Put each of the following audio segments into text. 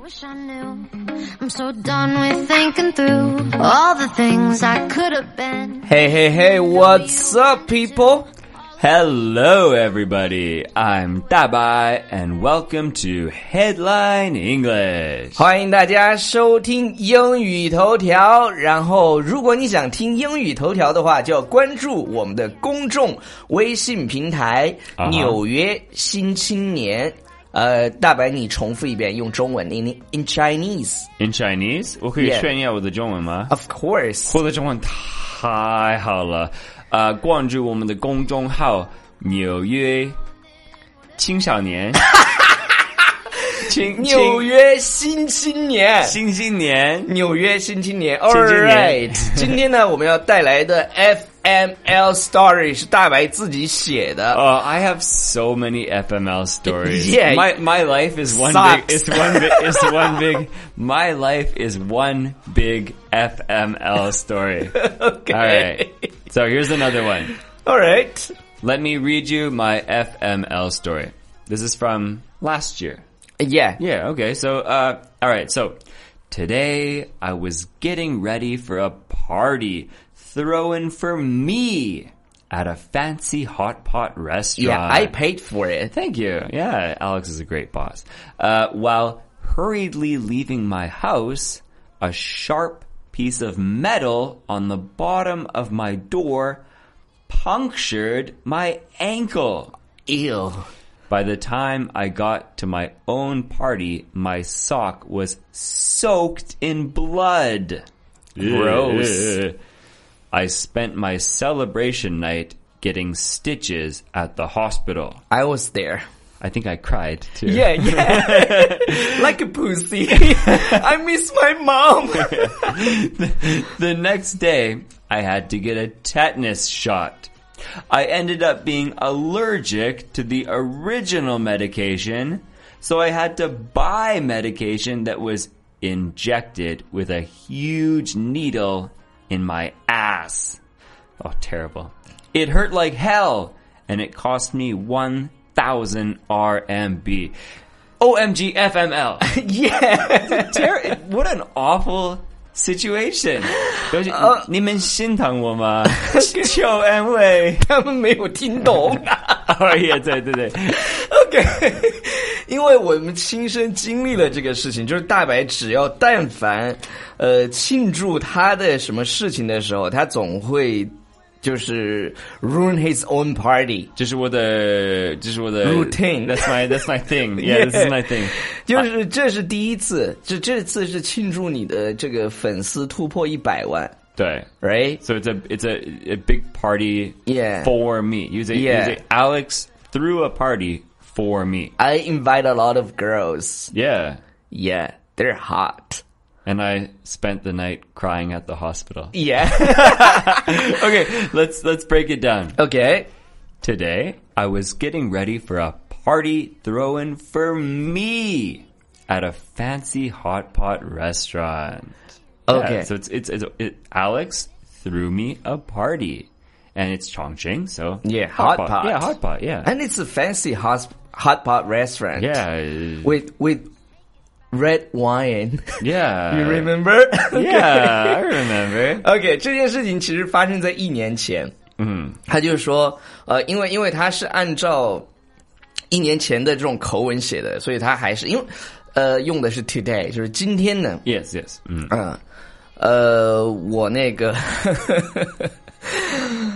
wish I knew. I'm so done with thinking through all the things I could have been. Hey, hey, hey, what's up, people? Hello, everybody. I'm Dabai, and welcome to Headline English. 欢迎大家收听英语头条。然后，如果你想听英语头条的话，就要关注我们的公众微信平台啊哈《纽约新青年》。呃，大白，你重复一遍，用中文 in in Chinese。 In Chinese，我可以 Yeah. 炫耀我的中文吗 Of course，我的中文太好了。呃，关注我们的公众号“纽约青少 年”，青纽约新青年。青新青年。纽约新青年新，All 青年 right，今天呢，我们要带来的 FML story 是大白自己写 的。Uh, I have so many FML stories. Yeah. my my life is one big. Sucks. It's one. Big, it's one big. My life is one big FML story. Okay. All right. So here's another one. All right. Let me read you my FML story. This is from last year. Yeah. Yeah, okay. So, uh, all right. So today I was getting ready for a party throwing for me at a fancy hot pot restaurant. Yeah, I paid for it. Thank you. Yeah, Alex is a great boss. Uh, while hurriedly leaving my house, a sharp piece of metal on the bottom of my door punctured my ankle. Ew. By the time I got to my own party, my sock was soaked in blood. Gross. I spent my celebration night getting stitches at the hospital. I was there. I think I cried too. Yeah, yeah. like a pussy. I miss my mom. The next day, I had to get a tetanus shot. I ended up being allergic to the original medication, so I had to buy medication that was injected with a huge needle in my ass. Oh, terrible. It hurt like hell, and it cost me 1,000 RMB. OMG FML. yeah. Ter- what an awful situation. Uh, 尤其-你们心疼我吗？ 求安慰。他们没有听懂。 Oh, yeah, 对，对，对。 OK，因为我们亲身经历了这个事情，就是大白只要但凡呃庆祝他的什么事情的时候，他总会就是 ruin his own party。这是我的-这是我的- Routine. That's my that's my thing. Yeah, this is my thing. 就是这是第一次，这这次是庆祝你的这个粉丝突破一百万对。So ，right？ it's a it's a, a big party Yeah. for me. You say, Yeah. you say Alex threw a party for me. I invite a lot of girls. Yeah. Yeah, they're hot. And I spent the night crying at the hospital. Yeah. Okay, let's let's break it down. okay. Today, I was getting ready for a party throw-in for me at a fancy hot pot restaurant. Yeah, Okay. so it's, it's, it's it, Alex threw me a party. And it's Chongqing, so. Yeah, hot pot. Yeah, hot pot, yeah. And it's a fancy hot hot pot restaurant. yeah. With with red wine. yeah. You remember? Yeah, I remember. OK，这件事情其实发生在一年前。嗯，他就说，呃，因为因为他是按照一年前的这种口吻写的，所以他还是因为呃用的是 today，就是今天呢。 Yes, yes. Mm. 嗯，呃，我那个。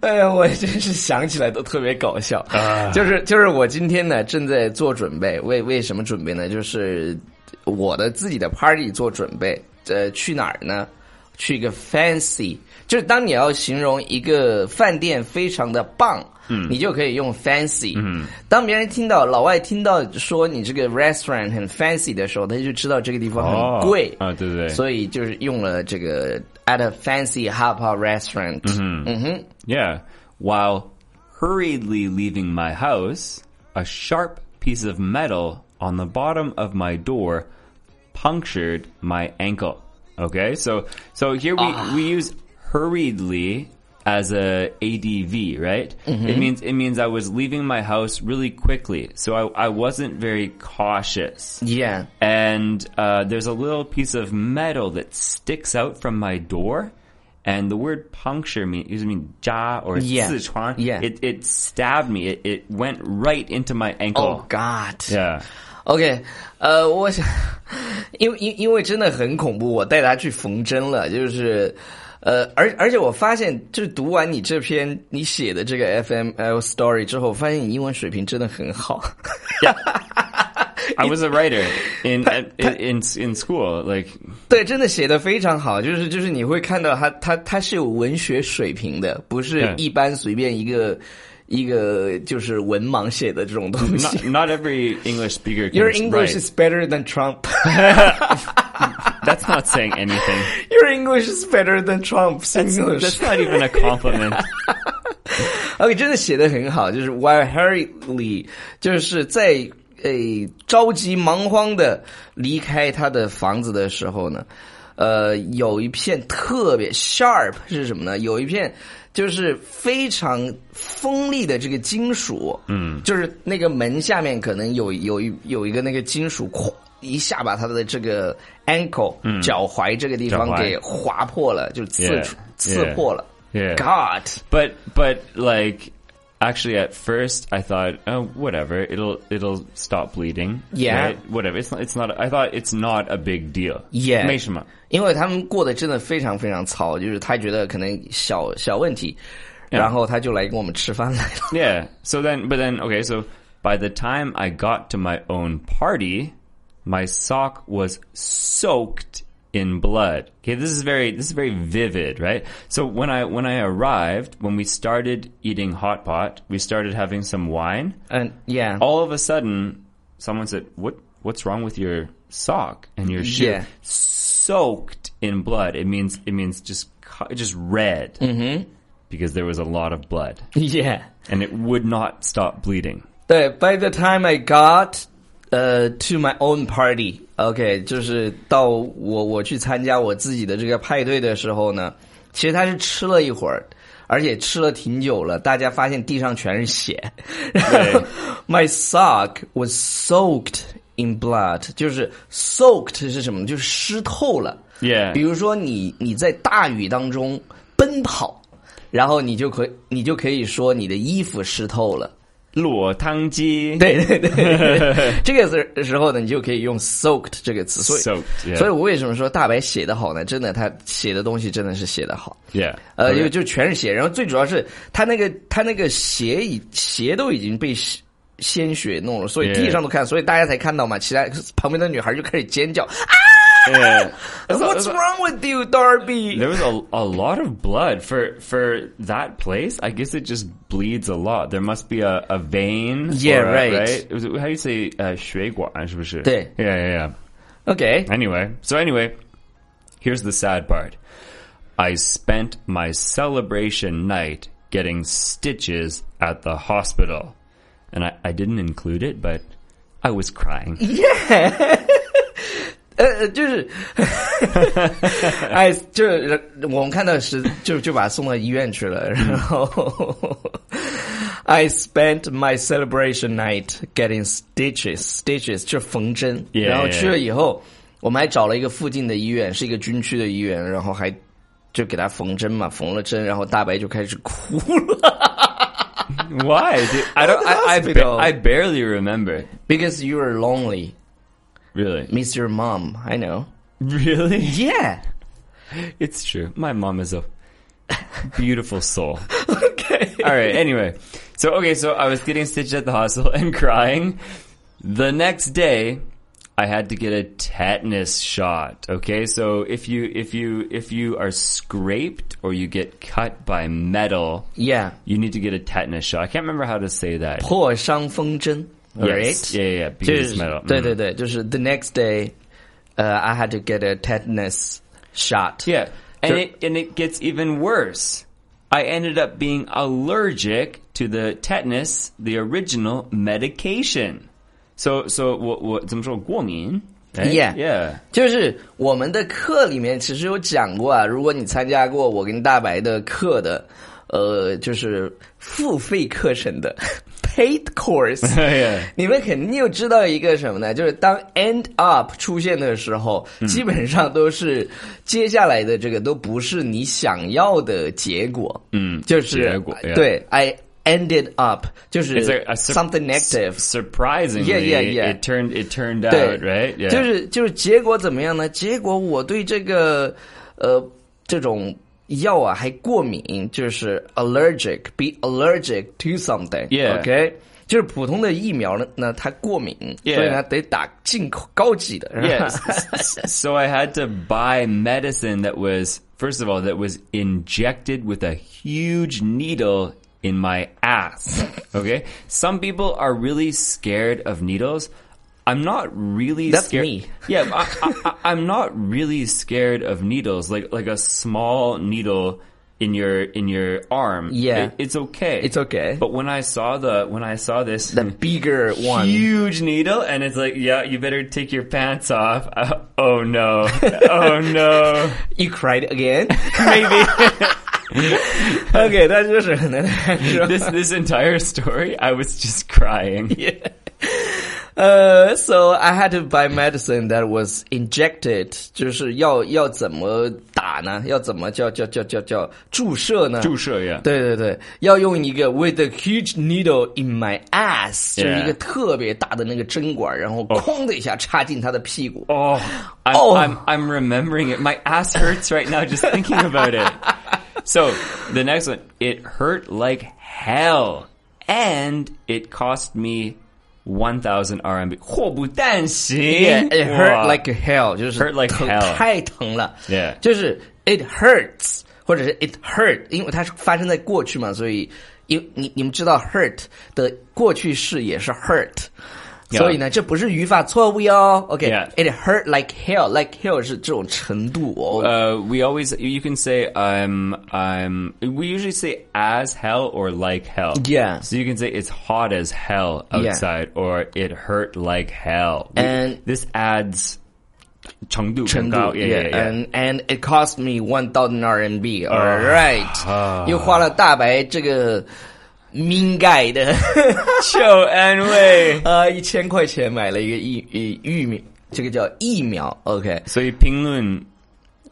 哎呀，我真是想起来都特别搞笑。就是就是，我今天呢正在做准备，为为什么准备呢？就是我的自己的 party 做准备。呃，去哪儿呢？去一个 fancy，就是当你要形容一个饭店非常的棒，嗯，你就可以用 fancy。嗯，当别人听到老外听到说你这个 restaurant 很 fancy 的时候，他就知道这个地方 Oh, 很贵。哦啊对对对所以就是用了这个 at a fancy hot pot restaurant。嗯哼 Yeah. While hurriedly leaving my house, a sharp piece of metal on the bottom of my door punctured my ankle. Okay, so so here we, we use hurriedly as a ADV, right? It means it means I was leaving my house really quickly, so I, I wasn't very cautious. Yeah. And uh, there's a little piece of metal that sticks out from my door, and the word puncture mean excuse me jia or Yeah. Sichuan. Yeah. It it stabbed me. It it went right into my Oh ankle. God。哦 Yeah. OK，呃，我想，因为因因为真的很恐怖，我带他去缝针了，就是，呃，而而且我发现，就是读完你这篇你写的这个 FML story 之后，发现你英文水平真的很好。 I was a writer in in, in in school. Like 对，真的写的非常好，就是就是你会看到他他他是有文学水平的，不是对一般随便一个一个就是文盲写的这种东西 not,。not every English speaker can Your English write. is better than Trump. That's not saying anything. Your English is better than Trump's English. That's not even a compliment. OK，真的写的很好，就是 while hurriedly，就是在诶、着急忙慌的离开他的房子的时候呢，呃，有一片特别 sharp 是什么呢？有一片就是非常锋利的这个金属，嗯，就是那个门下面可能有有一有一个那个金属，哐一下把他的这个 ankle、脚踝这个地方嗯脚踝给划破了，就刺 Yeah，出刺破了。 Yeah. God， But but like actually at first I thought oh whatever it'll it'll stop bleeding Yeah. right? whatever it's not it's not I thought it's not a big deal Yeah. 没什么因为他们过得真的非常非常糙，就是他觉得可能小小问题，然后他就来跟我们吃饭来了。 yeah so then but then okay so by the time I got to my own party my sock was soaked in blood okay this is very this is very vivid right so when I when I arrived when we started eating hot pot we started having some wine 嗯，Yeah， all of a sudden, someone said, "What? What's wrong with your sock and your shoe?" Yeah. Soaked in blood. It means it means just co- just red mm-hmm. because there was a lot of blood Yeah， and it would not stop bleeding. 对，By the time I got，呃、t o my own party，OK，、就是到我我去参加我自己的这个派对的时候呢，其实他是吃了一会儿，而且吃了挺久了，大家发现地上全是血，然后 my sock was soaked in blood，就是 soaked 是什么？就是湿透了。 Yeah. 比如说你你在大雨当中奔跑，然后你就可你就可以说你的衣服湿透了。裸汤鸡。对对对对，这个时时候呢，你就可以用 soaked 这个词。所以 Soaked，yeah 所以我为什么说大白写的好呢？真的，他写的东西真的是写的好。 Yeah. 呃，就 Okay. 就全是血，然后最主要是他那个他那个鞋已鞋都已经被血鲜血弄了，所以 Yeah 地上都看，所以大家才看到嘛。其他旁边的女孩就开始尖叫 Yeah. ，What's wrong with you, Darby？ There was a, a lot of blood for for that place. I guess it just bleeds a lot. There must be a, a vein. Yeah, or a- right. Right. It was- How do you say uh, 血管是不是?对。 Yeah, yeah, yeah. OK， Anyway, so anyway, here's the sad part. I spent my celebration night getting stitches at the hospital. And I, I didn't include it, but I was crying. 呃，呃就是，哎，就是我们看到是就就把他送到医院去了，然后 I spent my celebration night getting stitches, stitches 就是缝针 Yeah, 然后 yeah, 去了以后，我们还找了一个附近的医院，是一个军区的医院，然后还就给他缝针嘛，缝了针，然后大白就开始哭了 Why? Did- I don't. I, I, ba- Hospital. I barely remember. ，because you were lonely, Really? miss your mom, I know, Really? yeah. It's true. My mom is a beautiful soul. okay. All right. Anyway, so okay, so I was getting stitched at the hospital and crying. The next day, I had to get a tetanus shot. Okay, so if you if you if you are scraped or you get cut by metal, Yeah， you need to get a tetanus shot. I can't remember how to say that. 破伤风针 Yes. ，right？ Yeah, yeah, yeah. 就 Because 是 it's metal. 对 Mhm. 对对，就是 the next day，呃、i had to get a tetanus shot。 Yeah. And Sure. it and it gets even worse. I ended up being allergic to the tetanus, the original medication. So so what what 怎么说过敏 right? Yeah. Yeah. 就是我们的课里面其实有讲过啊，如果你参加过我跟大白的课的，呃，就是付费课程的 paid course。 Yeah. 你们肯定又知道一个什么呢？就是当 end up 出现的时候，嗯基本上都是接下来的这个都不是你想要的结果。嗯就是结果，yeah 对，I ended up 就是 It's a- a sur- something negative。 Surprisingly, Yeah, yeah, yeah. it turned it turned 对 out right. Yeah. 就是就是结果怎么样呢？结果我对这个呃这种药啊还过敏，就是 allergic，be allergic to something。 Yeah. OK。就是普通的疫苗呢，那它过敏 Yeah. 所以呢得打进口高级的。是吧 yes. so I had to buy medicine that was first of all that was injected with a huge needle in my ass. Okay? Some people are really scared of needles. I'm not really That's scared. me. Yeah, I, I, I'm not really scared of needles. Like like a small needle in your in your arm. Yeah. It- it's okay. It's okay. But when I saw the when I saw this The bigger one. huge needle, and it's like, yeah, you better take your pants off. Uh, oh no, oh no. You cried again? Maybe. OK，但就是很 难说。 This this entire story, I was just crying. Uh, so I had to buy medicine that was injected，就是要要怎么打呢？要怎么叫叫叫叫叫注射呢？注射呀。对对对，要用一个 with a huge needle in my ass，就是一个特别大的那个针管，然后哐的一下插进他的屁股。 Oh, I'm, Oh. I'm I'm remembering it. My ass hurts right now just thinking about it. So the next one, it hurt like hell, and it cost me one thousand RMB. 货不但行。 Yeah, it 哎 hurt Wow. like hell，就是哎 Hurt like 疼 hell 太疼了。 Yeah 就是 it hurts，或者是 it hurt，因为它是发生在过去嘛，所以因你你们知道 hurt 的过去式也是 hurt。 Yeah 所以呢，这不是语法错误哟。OK，it、 Yeah hurt like hell，like hell 是这种程度哦。 Uh, we always you can say I'm I'm. We usually say as hell or like hell. Yeah. So you can say it's hot as hell Yeah. outside, or it hurt like hell. We- And- this adds 程度程度更高。Yeah, yeah, yeah. And and it cost me one thousand RMB. 啊 All right，、又花了大白这个敏感的 Cho Anwei. 呃，一千块钱买了一个疫疫疫苗，这个叫疫苗，OK，所以评论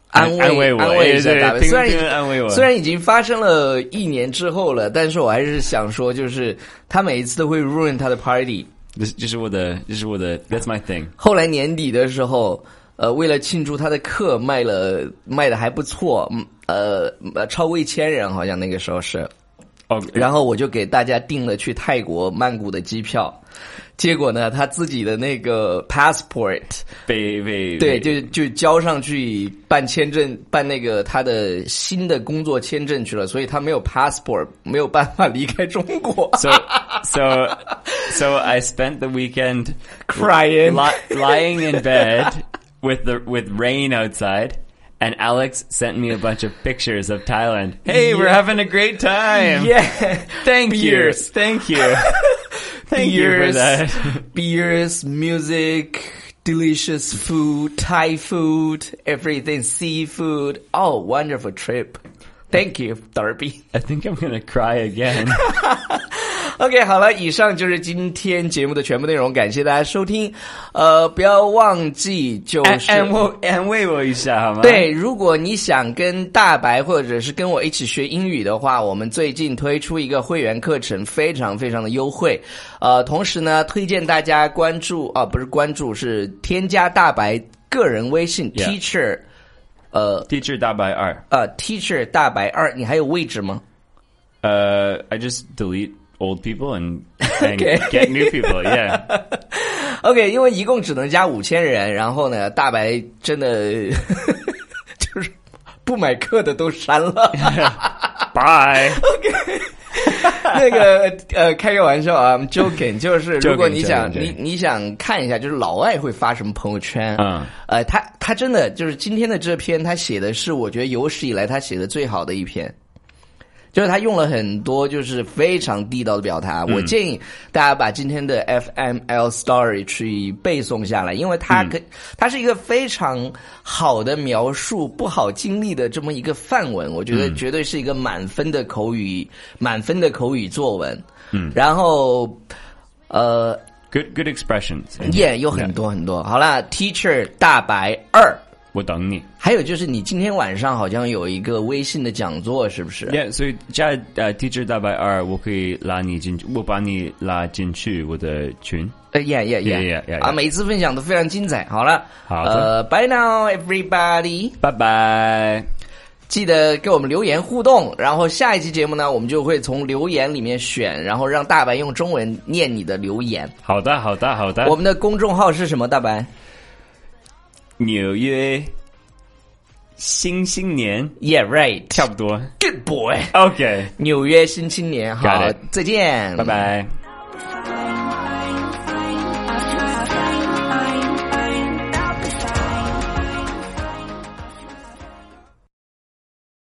安慰安慰我安慰一下对对大卫。听虽然听安慰我虽然已经发生了一年之后了，但是我还是想说，就是他每一次都会 ruin 他的 party。 this- 这是我的，这是我的- That's my thing. 后来年底的时候，呃，为了庆祝他的课卖了卖的还不错，嗯呃，呃超过一千人，好像那个时候是。 Oh, 然后我就给大家订了去泰国曼谷的机票，结果呢，他自己的那个 passport 被-被-被-对，就就交上去办签证，办那个他的新的工作签证去了，所以他没有 passport，没有办法离开中国。 So so so I spent the weekend Crying. li- lying in bed with the with rain outside. And Alex sent me a bunch of pictures of Thailand. Hey, we're Yeah. having a great time. Yeah, Thank Beers. you. Thank you. Thank you for beers, that. beers, music, delicious food, Thai food, everything, seafood. Oh, wonderful trip. Thank you, Darby. I think I'm gonna cry again. OK，好了，以上就是今天节目的全部内容，感谢大家收听。呃，不要忘记就 and 是。 and wo- and wait, wait, Shahama. 对，如果你想跟大白或者是跟我一起学英语的话，我们最近推出一个会员课程，非常非常的优惠。呃，同时呢，推荐大家关注啊、不是关注，是添加大白个人微信 Yeah. teacher，呃 Teacher 大白二.呃 teacher 大白二，你还有位置吗？ Uh, I just delete old people and, and get new people. Yeah. OK，因为一共只能加五千人，然后呢，大白真的 就是不买课的都删了。 Bye. 那个呃，开个玩笑啊，I'm joking，就是如果 Joking，你想 joking，你 joking 你想看一下，就是老外会发什么朋友圈，嗯，呃，他他真的就是今天的这篇，他写的是我觉得有史以来他写的最好的一篇。就是他用了很多就是非常地道的表达。我建议大家把今天的 FML Story 去背诵下来，因为它可、它是一个非常好的描述不好经历的这么一个范文，我觉得绝对是一个满分的口语，满分的口语作文。嗯，然后呃， Good good expressions. 也有很多很多。好啦 t e a c h e r 大白二。我等你。还有就是，你今天晚上好像有一个微信的讲座，是不是？ Yeah，所以加呃 teacher 大白二，我可以拉你进去，我把你拉进去我的群。呃，yeah yeah Yeah, yeah, yeah, yeah 啊，每次分享都非常精彩。好了，好呃，bye now everybody，拜拜。记得给我们留言互动，然后下一期节目呢，我们就会从留言里面选，然后让大白用中文念你的留言。好的，好的，好的。我们的公众号是什么？大白纽约新青年，Yeah right，差不多。 good boy， OK，纽约新青年，好 Got it，再见，拜。拜。